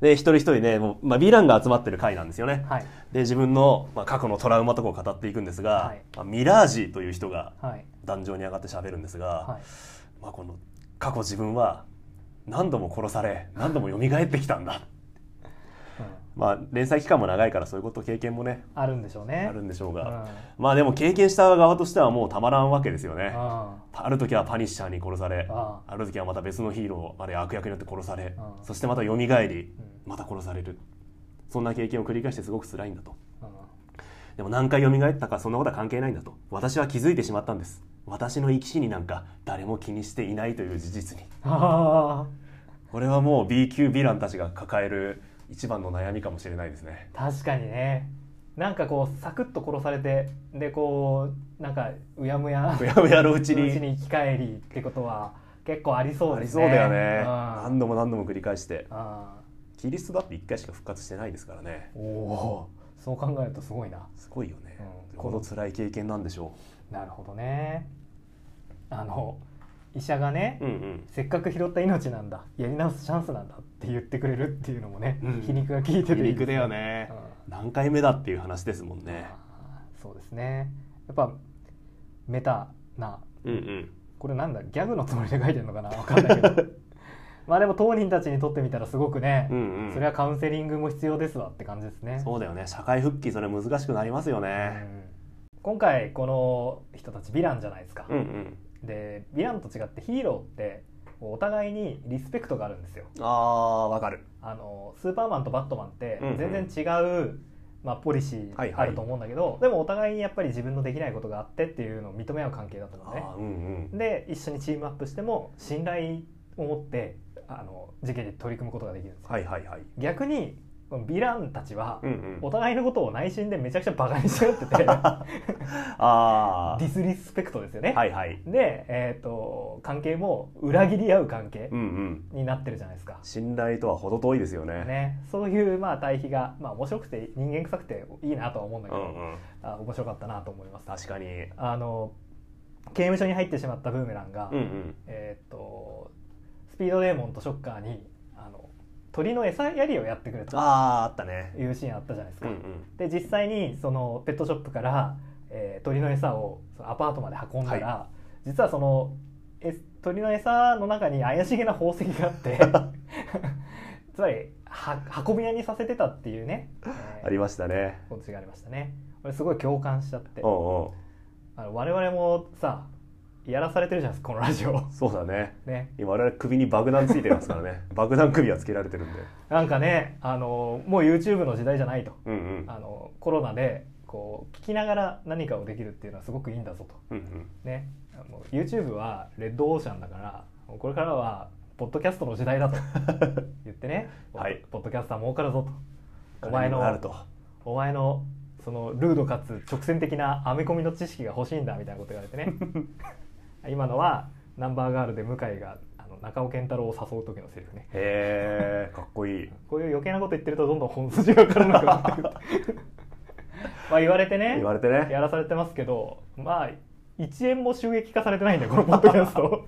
Speaker 2: で一人一人ねもう、まあ、ヴィランが集まってる回なんですよね。
Speaker 1: はい
Speaker 2: で自分の、まあ、過去のトラウマとかを語っていくんですが、
Speaker 1: はい
Speaker 2: まあミラージーという人が
Speaker 1: はい
Speaker 2: 壇上に上がって喋るんですが、
Speaker 1: はい
Speaker 2: まあ、この過去自分は何度も殺され何度も蘇ってきたんだ。
Speaker 1: うん
Speaker 2: まあ連載期間も長いからそういうこと経験もね
Speaker 1: あるんでしょうね
Speaker 2: あるんでしょう
Speaker 1: う
Speaker 2: が、
Speaker 1: ん
Speaker 2: まあでも経験した側としてはもうたまらんわけですよね。
Speaker 1: あ
Speaker 2: ある時はパニッシャーに殺され
Speaker 1: あ
Speaker 2: ある時はまた別のヒーローあれ悪役によって殺され
Speaker 1: ああ
Speaker 2: そしてまた蘇り
Speaker 1: うん
Speaker 2: また殺されるそんな経験を繰り返してすごく辛いんだと
Speaker 1: あ
Speaker 2: でも何回蘇ったかそんなことは関係ないんだと私は気づいてしまったんです私の生き死になんか誰も気にしていないという事実に
Speaker 1: あ
Speaker 2: これはもう B 級ヴィランたちが抱える一番の悩みかもしれないですね
Speaker 1: ー確かにねなんかこうサクッと殺されてでこうなんかうやむや
Speaker 2: うやうやのう
Speaker 1: (laughs) そ
Speaker 2: ち
Speaker 1: のうち
Speaker 2: に
Speaker 1: に生き返りってことは結構ありそう
Speaker 2: あ
Speaker 1: で
Speaker 2: り
Speaker 1: す
Speaker 2: そう
Speaker 1: ね
Speaker 2: だよね
Speaker 1: うん
Speaker 2: 何度も何度も繰り返して
Speaker 1: あ
Speaker 2: キリストだって一回しか復活してないですからね
Speaker 1: ーおおそう考えるとすごいな
Speaker 2: すごいよね、
Speaker 1: うん
Speaker 2: この辛い経験なんでしょ
Speaker 1: なるほどねあの医者がね、
Speaker 2: う、うん
Speaker 1: せっかく拾った命なんだやり直すチャンスなんだって言ってくれるっていうのもね、
Speaker 2: うん
Speaker 1: 皮肉が効いてて
Speaker 2: 皮肉だよね、
Speaker 1: う
Speaker 2: 何回目だっていう話ですもん
Speaker 1: ん
Speaker 2: ね
Speaker 1: あーそうですねやっぱメタな
Speaker 2: うんうん
Speaker 1: これなんだギャグのつもりで書いてるのかなわかんないけ
Speaker 2: (laughs)
Speaker 1: どまあでも当人たちにとってみたらすごくね、
Speaker 2: うんうん
Speaker 1: それはカウンセリングも必要ですわって感じですね。
Speaker 2: そうだよね社会復帰それ難しくなりますよ
Speaker 1: う
Speaker 2: ね
Speaker 1: ん今回この人たちヴィランじゃないですか、
Speaker 2: うんうん
Speaker 1: でヴィランと違ってヒーローってお互いにリスペクトがあるんですよ
Speaker 2: あーわかる
Speaker 1: あのスーパーマンとバットマンって
Speaker 2: うんうん
Speaker 1: 全然違う、まあ、ポリシ
Speaker 2: は
Speaker 1: ー
Speaker 2: いはい
Speaker 1: あると思うんだけど、でもお互いにやっぱり自分のできないことがあってっていうのを認め合う関係だと
Speaker 2: あ
Speaker 1: 思うね
Speaker 2: ーうんうん
Speaker 1: で一緒にチームアップしても信頼を持ってあの事件に取り組むことができるんですよ、
Speaker 2: はいはいはい
Speaker 1: 逆にこのヴィランたちは
Speaker 2: うんうん
Speaker 1: お互いのことを内心でめちゃくちゃバカにし合っててデ
Speaker 2: (laughs) あ
Speaker 1: ィスリスペクトですよね、
Speaker 2: ーはいはい
Speaker 1: で、えー、と関係も裏切り合う関係
Speaker 2: うんうん
Speaker 1: になってるじゃないですか、
Speaker 2: 信頼とは程遠いですよね
Speaker 1: ね、そういうまあ対比が、まあ、面白くて人間臭くていいなとは思うんだけ
Speaker 2: う
Speaker 1: ど、
Speaker 2: んうん
Speaker 1: あ面白かったなと思います
Speaker 2: 確かに
Speaker 1: あの刑務所に入ってしまったブーメランが、
Speaker 2: うんうん
Speaker 1: えーっとスピードデーモンとショッカーにあの鳥の餌やりをやってくれと
Speaker 2: あーあったね
Speaker 1: いうシーンあったじゃないです
Speaker 2: う
Speaker 1: か、
Speaker 2: んうん
Speaker 1: で実際にそのペットショップから、えー鳥の餌をそのアパートまで運んだら、実はそのえ鳥の餌の中に怪しげな宝石があって
Speaker 2: (laughs)
Speaker 1: つまりは運び屋にさせてたっていうね、えー
Speaker 2: ありましたね
Speaker 1: ことがありましたね俺すごい共感しちゃって
Speaker 2: うんうん
Speaker 1: あの我々もさやらされてるじゃないですかこのラジオ
Speaker 2: そうだね
Speaker 1: ね
Speaker 2: 今我々首に爆弾ついてますから (laughs) ね爆弾首はつけられてるんで
Speaker 1: なんかねあのもう YouTube の時代じゃないと
Speaker 2: うんうん
Speaker 1: あのコロナでこう聞きながら何かをできるっていうのはすごくいいんだぞと
Speaker 2: うんうん
Speaker 1: ね、もう YouTube はレッドオーシャンだからもうこれからはポッドキャストの時代だと言ってね、
Speaker 2: (laughs) はい
Speaker 1: ポッドキャスター儲かるぞとお前
Speaker 2: 金になる
Speaker 1: の
Speaker 2: と
Speaker 1: お前のそのルードかつ直線的な編み込みの知識が欲しいんだみたいなこと言われて
Speaker 2: (laughs)
Speaker 1: ね今のはナンバーガールで向井があの中尾健太郎を誘う時のセリフね
Speaker 2: へ (laughs) えかっこいい
Speaker 1: こういう余計なこと言ってるとどんどん本筋が分からなくなってくる
Speaker 2: (laughs)
Speaker 1: まあ言われてね
Speaker 2: 言われてね
Speaker 1: やらされてますけどまあ1円も収益化されてないんだよこのポッドキャスト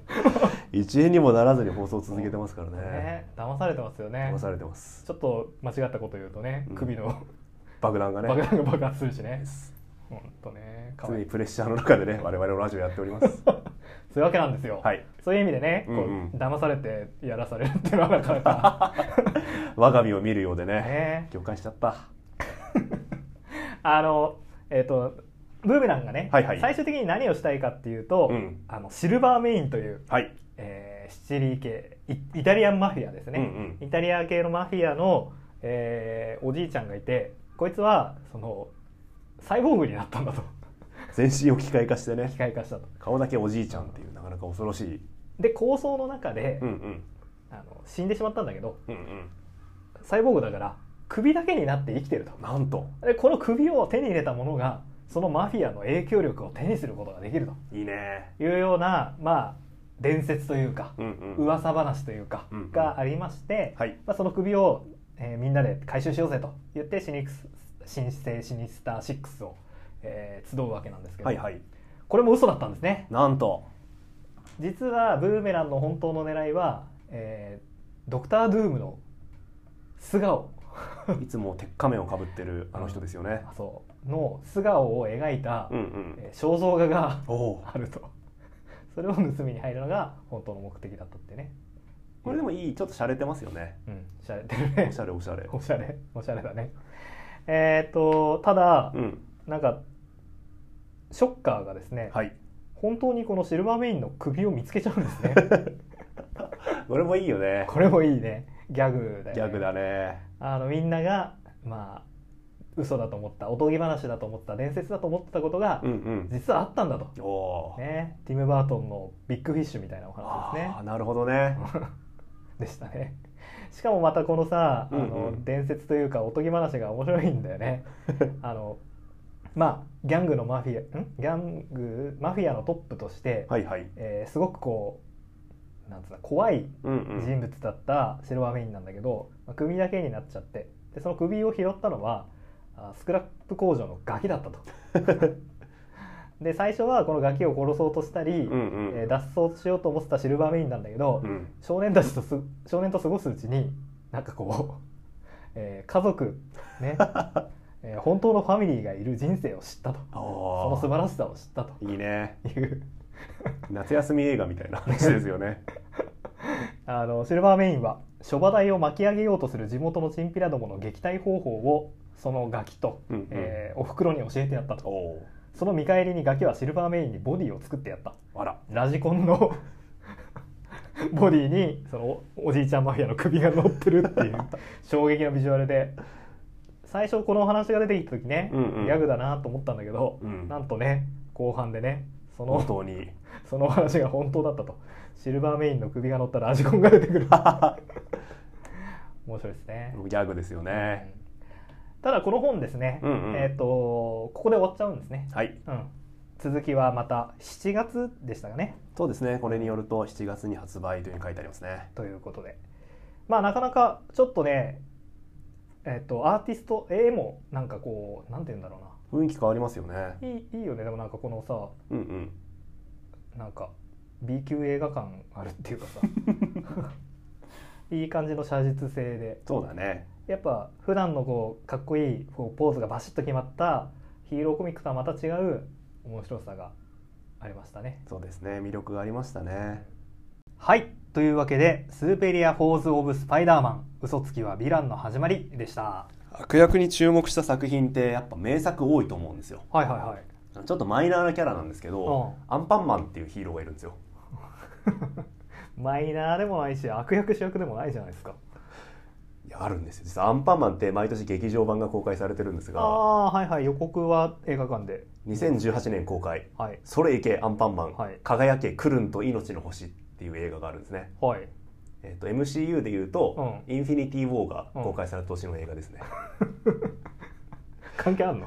Speaker 2: 一円にもならずに放送を続けてますからね
Speaker 1: ね騙されてますよね
Speaker 2: 騙されてます
Speaker 1: ちょっと間違ったこと言うとね
Speaker 2: うん
Speaker 1: 首の
Speaker 2: 爆弾が
Speaker 1: 爆
Speaker 2: ね
Speaker 1: 弾が爆発するしねほんとねか
Speaker 2: 常
Speaker 1: わい
Speaker 2: に
Speaker 1: い
Speaker 2: (laughs) プレッシャーの中でね我々のラジオやっております
Speaker 1: そういうわけなんですよ、
Speaker 2: はい
Speaker 1: そういう意味でねこう、
Speaker 2: うんうん
Speaker 1: 騙されてやらされるっていうのはなかな
Speaker 2: (laughs)
Speaker 1: か
Speaker 2: 我が身を見るようでね
Speaker 1: ね
Speaker 2: 共感しちゃった
Speaker 1: あのえっ、とブーメランがね、
Speaker 2: はいはい
Speaker 1: 最終的に何をしたいかっていうと、
Speaker 2: うん
Speaker 1: あのシルバーメインという、
Speaker 2: はい
Speaker 1: えーシチリー系イイタリアンマフィアですね、
Speaker 2: うん
Speaker 1: イタリア系のマフィアの、えーおじいちゃんがいてこいつはそのサイボーグになったんだと
Speaker 2: 全身を機械化してね
Speaker 1: 機械化したと
Speaker 2: 顔だけおじいちゃんっていうなかなか恐ろしい
Speaker 1: で構想の中で、
Speaker 2: うんうん
Speaker 1: あの死んでしまったんだけど
Speaker 2: うんうん
Speaker 1: サイボーグだから首だけになって生きてると
Speaker 2: なんと
Speaker 1: でこの首を手に入れた者がそのマフィアの影響力を手にすることができる
Speaker 2: いいね
Speaker 1: というようなまあ伝説というか
Speaker 2: うんうん
Speaker 1: 噂話というか
Speaker 2: うんうん
Speaker 1: がありまして、
Speaker 2: はい
Speaker 1: まあ、その首を、えーみんなで回収しようぜと言ってシニクス新生シニスター6を、えー集うわけなんですけど、
Speaker 2: はいはい
Speaker 1: これも嘘だったんですね
Speaker 2: なんと
Speaker 1: 実はブーメランの本当の狙いは、えードクター・ドゥームの素顔
Speaker 2: いつも鉄仮面をかぶってるあの人ですよね
Speaker 1: あそうの素顔を描いた、
Speaker 2: うんうん
Speaker 1: えー肖像画が
Speaker 2: おお
Speaker 1: あるとそれを盗みに入るのが本当の目的だったってね
Speaker 2: これでもいいちょっと洒落てますよね
Speaker 1: うんしゃれてるね
Speaker 2: おしゃれおしゃれ
Speaker 1: おしゃれおしゃれだねえっ、とただ
Speaker 2: うん
Speaker 1: なんかショッカーがですね、
Speaker 2: はい
Speaker 1: 本当にこのシルバーメインの首を見つけちゃうんですね
Speaker 2: (laughs) これもいいよね
Speaker 1: これもいいねギャグだよ、ね、
Speaker 2: ギャグだね
Speaker 1: あのみんながまあ嘘だと思ったおとぎ話だと思った伝説だと思ってたことが、
Speaker 2: うんうん
Speaker 1: 実はあったんだと、
Speaker 2: おお
Speaker 1: ね、ティム・バートンのビッグフィッシュみたいなお話ですね
Speaker 2: あーなるほど (laughs) ね
Speaker 1: でしたね (laughs) しかもまたこのさあの、
Speaker 2: うんうん
Speaker 1: 伝説というかおとぎ話が面白いんだよ
Speaker 2: (laughs)
Speaker 1: ねあのまあギャングのマフィアんギャングマフィアのトップとして、
Speaker 2: はいはい
Speaker 1: えーすごくこうなんつうの怖い
Speaker 2: うんうん
Speaker 1: 人物だったシルバーメインなんだけど、まあ首だけになっちゃってでその首を拾ったのはあスクラップ工場のガキだったと。
Speaker 2: (laughs)
Speaker 1: で最初はこのガキを殺そうとしたり、
Speaker 2: うんう
Speaker 1: えー
Speaker 2: ん
Speaker 1: 脱走しようと思ってたシルバーメインなんだけど、
Speaker 2: うん
Speaker 1: 少年たちとす少年と過ごすうちになんかこう、えー家族
Speaker 2: (laughs)
Speaker 1: ね、えー本当のファミリーがいる人生を知ったと
Speaker 2: お
Speaker 1: その素
Speaker 2: お
Speaker 1: 晴らしさを知ったと
Speaker 2: いいね
Speaker 1: いう (laughs)
Speaker 2: 夏休み映画みたいな話ですよね
Speaker 1: あのシルバーメインは諸話題を巻き上げようとする地元のチンピラどもの撃退方法をそのガキと、
Speaker 2: (laughs) うんうん
Speaker 1: えーおふくろに教えてやった
Speaker 2: お
Speaker 1: と
Speaker 2: お
Speaker 1: その見返りにガキはシルバーメインにボディを作ってやった
Speaker 2: あら
Speaker 1: ラジコンの (laughs) ボディにそのおおじいちゃんマフィアの首が乗ってるっていう
Speaker 2: (laughs)
Speaker 1: 衝撃のビジュアルで最初このお話が出てきた時ね、
Speaker 2: うんうん
Speaker 1: ギャグだなと思ったんだけど、
Speaker 2: うん
Speaker 1: なんとね後半でねその
Speaker 2: 本当 (laughs) に
Speaker 1: そのお話が本当だったとシルバーメインの首が乗ったらラジコンが出てくる面白いですね、
Speaker 2: ギャグですよね
Speaker 1: ただこの本ですね、
Speaker 2: うんうん
Speaker 1: えっ、とここで終わっちゃうんですね、
Speaker 2: はい
Speaker 1: うん、続きはまた7月でしたかね
Speaker 2: そうですねこれによると7月に発売というふうに書いてありますね
Speaker 1: ということでまあなかなかちょっとねえっとアーティスト絵もなんかこうなんて言うんだろう
Speaker 2: 雰囲気変わりますよね
Speaker 1: ないいいいよねでもなんかこのさ
Speaker 2: うんうん
Speaker 1: なんか B 級映画館あるっていう (laughs) かさいい感じの写実性で
Speaker 2: そうだね
Speaker 1: やっぱ普段のこうかっこいいこうポーズがバシッと決まったヒーローコミックとはまた違う面白さがありましたね。
Speaker 2: そうですね魅力がありましたね
Speaker 1: はいというわけで「スーペリア・フォーズ・オブ・スパイダーマン嘘つきはヴィランの始まり」でした。
Speaker 2: 悪役に注目した作品ってやっぱ名作多いと思うんですよ
Speaker 1: はいはいはい。
Speaker 2: ちょっとマイナーなキャラなんですけどアンパンマンっていうヒーローがいるんですよ
Speaker 1: マイナーでもないし悪役主役でもないじゃないですか
Speaker 2: いやあるんですよ実はアンパンマンって毎年劇場版が公開されてるんです
Speaker 1: あ
Speaker 2: が
Speaker 1: あはいはい予告は映画館で
Speaker 2: 2018年公開
Speaker 1: はい
Speaker 2: 「それいけアンパンマン、
Speaker 1: はい
Speaker 2: 輝けクルンと命の星」っていう映画があるんですね、
Speaker 1: はい
Speaker 2: えっと MCU でいうと、インフィニティ・ウォー」が
Speaker 1: うん
Speaker 2: 公開された年の映画ですね、
Speaker 1: 関係あん
Speaker 2: (laughs)
Speaker 1: の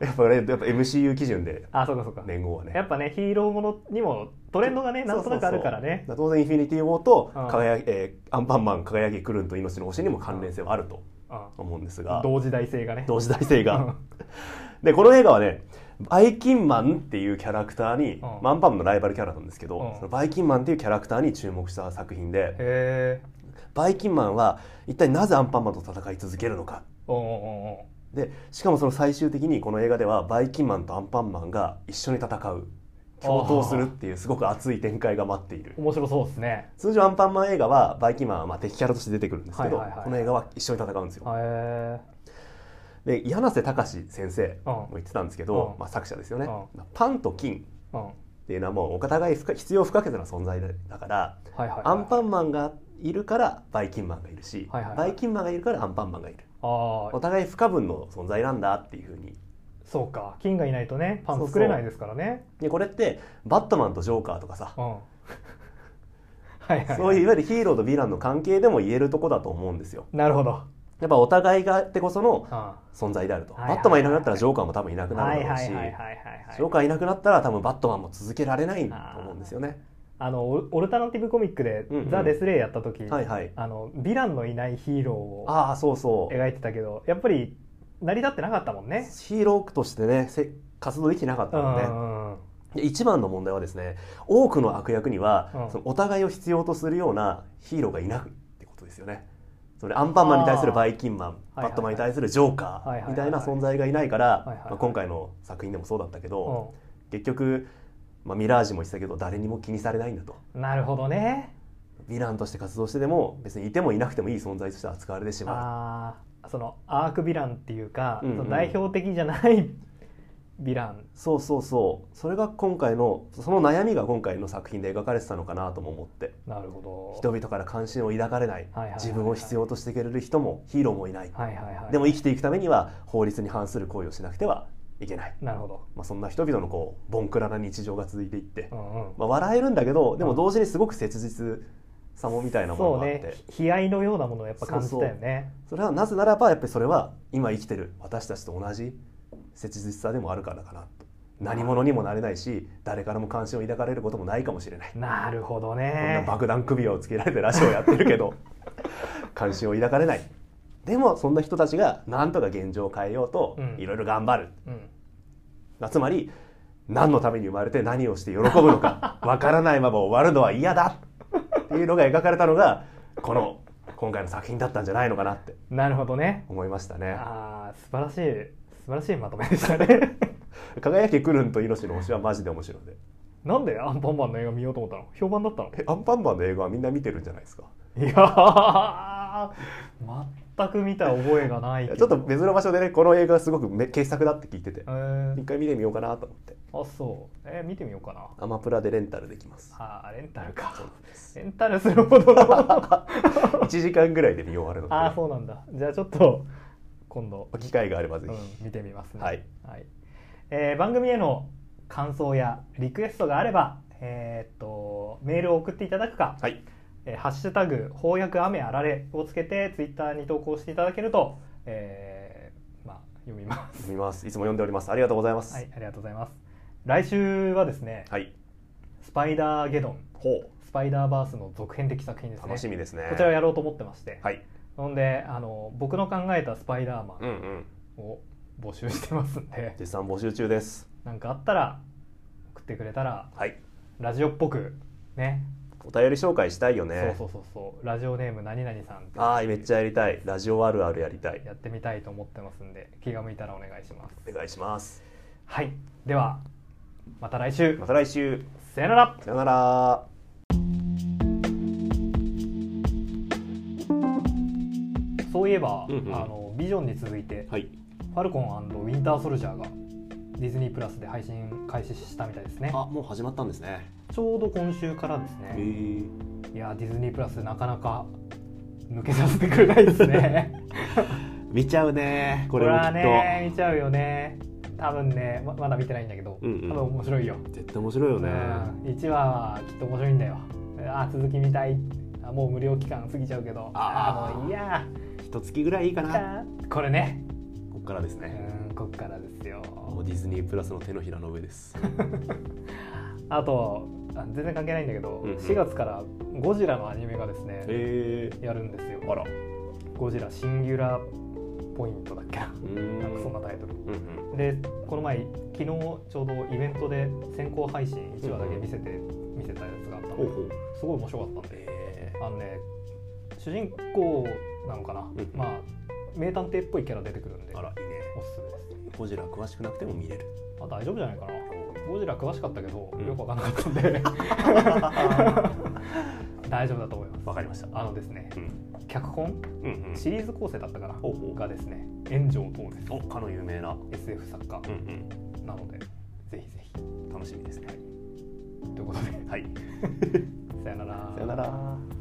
Speaker 2: やっぱねやっぱ MCU 基準で
Speaker 1: あそうかそうか、
Speaker 2: 年号はね
Speaker 1: やっぱねヒーローものにもトレンドがねなんとなくあるからね
Speaker 2: そうそうそう当然インフィニティ・ウォーと
Speaker 1: うん
Speaker 2: 輝、えーアンパンマン輝きクルンと命の星にも関連性はあると思うんです
Speaker 1: うん
Speaker 2: が、
Speaker 1: 同時代性がね
Speaker 2: 同時代性
Speaker 1: うん
Speaker 2: が (laughs) でこの映画はねバイキンマンっていうキャラクターに、
Speaker 1: うん
Speaker 2: まあアンパンマンのライバルキャラなんですけど、
Speaker 1: うん
Speaker 2: そのバイキンマンっていうキャラクターに注目した作品で、
Speaker 1: へえ
Speaker 2: バイキンマンは一体なぜアンパンマンと戦い続けるのか
Speaker 1: おんおんおん
Speaker 2: でしかもその最終的にこの映画ではバイキンマンとアンパンマンが一緒に戦う共闘するっていうすごく熱い展開が待っている
Speaker 1: 面白そうですね
Speaker 2: 通常アンパンマン映画はバイキンマンはまあ敵キャラとして出てくるんですけど、
Speaker 1: はいはいはい
Speaker 2: この映画は一緒に戦うんですよ、
Speaker 1: へ
Speaker 2: で柳瀬隆先生
Speaker 1: うん
Speaker 2: も言ってたんですけど、
Speaker 1: うん
Speaker 2: まあ、作者ですよね、
Speaker 1: う
Speaker 2: パンと金
Speaker 1: えうんはい
Speaker 2: っていうのはもうお互い不可必要不可欠な存在だから、
Speaker 1: はいはい
Speaker 2: アンパンマンがいるからバイキンマンがいるし、
Speaker 1: はいはいはい
Speaker 2: バイキンマンがいるからアンパンマンがいる
Speaker 1: あ
Speaker 2: お
Speaker 1: あ
Speaker 2: 互い不可分の存在なんだっていうふうに
Speaker 1: そうか金がいないとねパ
Speaker 2: そ
Speaker 1: ン
Speaker 2: うそう
Speaker 1: 作れないですからね
Speaker 2: でこれってバットマンとジョーカーとかさ
Speaker 1: うん (laughs) はいはい、はい、
Speaker 2: そういういわゆるヒーローとヴィランの関係でも言えるとこだと思うんですよ
Speaker 1: なるほど、
Speaker 2: やっぱお互いがあってこその
Speaker 1: うん、は
Speaker 2: 存在であると、
Speaker 1: はいはいはい
Speaker 2: バットマンいなくなったらジョーカーも多分いなく
Speaker 1: い
Speaker 2: な
Speaker 1: は
Speaker 2: る
Speaker 1: い
Speaker 2: だろう
Speaker 1: はい
Speaker 2: し、
Speaker 1: はいはいはい
Speaker 2: ジョーカーいなくなったら多分バットマンも続けられないと思うんですよね
Speaker 1: あのオルオルタナティブコミックで「
Speaker 2: うんうん
Speaker 1: ザ・デスレイ」やった時、
Speaker 2: はいはい
Speaker 1: あのヴィランのいないヒーローを
Speaker 2: ああそうそう
Speaker 1: 描いてたけどやっぱり成り立ってなかったもんね。
Speaker 2: ヒーローとしてねせ活動できてなかった
Speaker 1: うん
Speaker 2: の
Speaker 1: う
Speaker 2: で,、
Speaker 1: んうん
Speaker 2: で一番の問題はですね多くの悪役には、
Speaker 1: うん
Speaker 2: そのお互いを必要とするようなヒーローがいなくってことですよねそれアンパンマンに対するバイキンマン
Speaker 1: あーはいはいはい
Speaker 2: バットマンに対するジョーカ
Speaker 1: はいはいはい
Speaker 2: ー
Speaker 1: はい
Speaker 2: みたいな存在がいないから、
Speaker 1: いはいはい
Speaker 2: まあ、今回の作品でもそうだったけど、
Speaker 1: う
Speaker 2: 結局、まあ、ミラージュも言ってたけど誰にも気にされないんだと
Speaker 1: んなるほどね。
Speaker 2: ヴィランとして活動してでも別にいてもいなくてもいい存在として扱われてしまう
Speaker 1: あーそのアークヴィランっていうか、
Speaker 2: うんうん
Speaker 1: その代表的じゃない (laughs) ヴィラン。
Speaker 2: そうそうそうそれが今回のその悩みが今回の作品で描かれてたのかなとも思って
Speaker 1: なるほ
Speaker 2: 人
Speaker 1: ど。
Speaker 2: 々から関心を抱かれない
Speaker 1: はいはいはい
Speaker 2: 自分を必要としてくれる人もヒーローもいない
Speaker 1: はいはいはい。
Speaker 2: でも生きていくためには法律に反する行為をしなくてはいけない、
Speaker 1: なるほど。
Speaker 2: まあ、そんな人々のこうボンクラな日常が続いていって
Speaker 1: う、んうん
Speaker 2: まあ、笑えるんだけどで
Speaker 1: う
Speaker 2: も
Speaker 1: ん
Speaker 2: 同時にすごく切実さもみたいなもの
Speaker 1: そう
Speaker 2: があって
Speaker 1: ねひ悲哀のようなものをやっぱ感じたよね。
Speaker 2: それはなぜならばやっぱりそれは今生きてる私たちと同じ切実さでもあるからかなと何者にもなれないし誰からも関心を抱かれることもないかもしれない、
Speaker 1: なるほど
Speaker 2: こんな
Speaker 1: ね。
Speaker 2: 爆弾首輪をつけられてラジオやってるけど (laughs) 関心を抱かれないでもそんな人たちが何とか現状を変えようと
Speaker 1: うん
Speaker 2: いろいろ頑張る、
Speaker 1: うん
Speaker 2: つまり何のために生まれて何をして喜ぶの
Speaker 1: (laughs)
Speaker 2: かわからないまま終わるのは嫌だっていうのが描かれたのがこの今回の作品だったんじゃないのかなって
Speaker 1: なるほどね。
Speaker 2: 思いましたね。
Speaker 1: ああ素晴らしい素晴らしいまとめでしたね。 (laughs)
Speaker 2: 輝けくるんと命の推しはマジで面白いので
Speaker 1: なんでアンパンマンの映画見ようと思ったの評判だったの
Speaker 2: えアンパンマンの映画はみんな見てるんじゃないですか
Speaker 1: いやー全く見た覚えがない
Speaker 2: い
Speaker 1: け
Speaker 2: や
Speaker 1: ど
Speaker 2: ちょっと別の場所でねこの映画すごくめ傑作だって聞いてて
Speaker 1: えー
Speaker 2: 一回見てみようかなと思って
Speaker 1: あそうえー見てみようかな
Speaker 2: アマプラでレンタルできます (laughs)
Speaker 1: あーレンタルか
Speaker 2: そうなんです
Speaker 1: レンタルするほ
Speaker 2: (laughs)
Speaker 1: どのあ
Speaker 2: 1時間ぐらいで見終わるので
Speaker 1: ーそうなんだじゃあちょっと今度、
Speaker 2: 機会があれば
Speaker 1: う
Speaker 2: ぜ
Speaker 1: ん
Speaker 2: ひ、、
Speaker 1: 見てみますね
Speaker 2: はい、
Speaker 1: えー番組への感想やリクエストがあればえーっとメールを送っていただくか
Speaker 2: はい
Speaker 1: えーハッシュタグ翻訳雨あられをつけてツイッターに投稿していただけると、えーまあ読みます。
Speaker 2: 見ますいつも読んでおりますありがとうござい (laughs) ます
Speaker 1: は
Speaker 2: はい
Speaker 1: い、、ありがとうございます。来週はですね、スパイダーゲドン、
Speaker 2: ほ
Speaker 1: スパイダーバースの続編的作品
Speaker 2: う
Speaker 1: ですね。
Speaker 2: 楽しみですね
Speaker 1: こちらをやろうと思ってまして、
Speaker 2: はい
Speaker 1: なのであの僕の考えたスパイダーマ
Speaker 2: うんうん
Speaker 1: ンを募集してますんで、
Speaker 2: 絶賛募集中です
Speaker 1: なんかあったら送ってくれたら
Speaker 2: はい
Speaker 1: ラジオっぽくね、
Speaker 2: お便り紹介したいよね
Speaker 1: そうそうそうそうラジオネーム何々さんって
Speaker 2: ああめっちゃやりたいラジオあるあるやりたい
Speaker 1: やってみたいと思ってますんで気が向いたらお願いします
Speaker 2: お願いします
Speaker 1: はいではまた来週
Speaker 2: また来週
Speaker 1: さよなら
Speaker 2: さよなら
Speaker 1: そういえば、
Speaker 2: うんうん
Speaker 1: あのビジョンに続いて
Speaker 2: はい
Speaker 1: ファルコンウィンターソルジャーがディズニープラスで配信開始したみたいですね
Speaker 2: あもう始まったんですね
Speaker 1: ちょうど今週からです
Speaker 2: へ
Speaker 1: ね
Speaker 2: え
Speaker 1: いやディズニープラスなかなか抜けさせてくれないですね
Speaker 2: 見ちゃうね (laughs)
Speaker 1: こ
Speaker 2: これ
Speaker 1: れ
Speaker 2: もき
Speaker 1: は
Speaker 2: っと、
Speaker 1: ね見ちゃうよね多分ねままだ見てないんだけど、
Speaker 2: うんうん
Speaker 1: 多分面白いよ、
Speaker 2: 絶対面白いよ
Speaker 1: うん、
Speaker 2: ね、
Speaker 1: 1話はきっと面白いんだよあ続き見たいあもう無料期間過ぎちゃうけど
Speaker 2: あー
Speaker 1: もういいや
Speaker 2: 一月ぐらいいいかな
Speaker 1: これね
Speaker 2: こっからですね、
Speaker 1: うんこっからですよ
Speaker 2: もうディズニープラスの手のひらの上です
Speaker 1: あとあ全然関係ないんだけど、
Speaker 2: うんうん
Speaker 1: 4月からゴジラのアニメがですね
Speaker 2: へえ
Speaker 1: やるんですよ
Speaker 2: あら
Speaker 1: ゴジラシンギュラーポイントだっけな
Speaker 2: う
Speaker 1: なんかそん
Speaker 2: ん
Speaker 1: なタイトル
Speaker 2: うんうん
Speaker 1: でこの前昨日ちょうどイベントで先行配信1話だけ見せて見せたやつがあったの
Speaker 2: ほう
Speaker 1: で
Speaker 2: ほう
Speaker 1: すごい面白かったんで
Speaker 2: え
Speaker 1: あのね主人公なのかな、
Speaker 2: ん
Speaker 1: まあ名探偵っぽいキャラ出てくるんで
Speaker 2: ー、あらいいね
Speaker 1: おすすめです
Speaker 2: (laughs) ゴジラ詳しくなくても見れる
Speaker 1: あ大丈夫じゃないかなゴジラ詳しかったけど、
Speaker 2: うん
Speaker 1: よくわかんなかったん
Speaker 2: (laughs)
Speaker 1: で大丈夫だと思います
Speaker 2: わかりました
Speaker 1: あのですね
Speaker 2: うん
Speaker 1: 脚本
Speaker 2: うんうん
Speaker 1: シリーズ構成だったかな、
Speaker 2: ほうほう
Speaker 1: がですね炎上等です
Speaker 2: おかの有名な
Speaker 1: SF 作家
Speaker 2: うん
Speaker 1: なので、ぜひぜひ
Speaker 2: うん楽しみですね
Speaker 1: ということで
Speaker 2: はい
Speaker 1: さよなら
Speaker 2: さよなら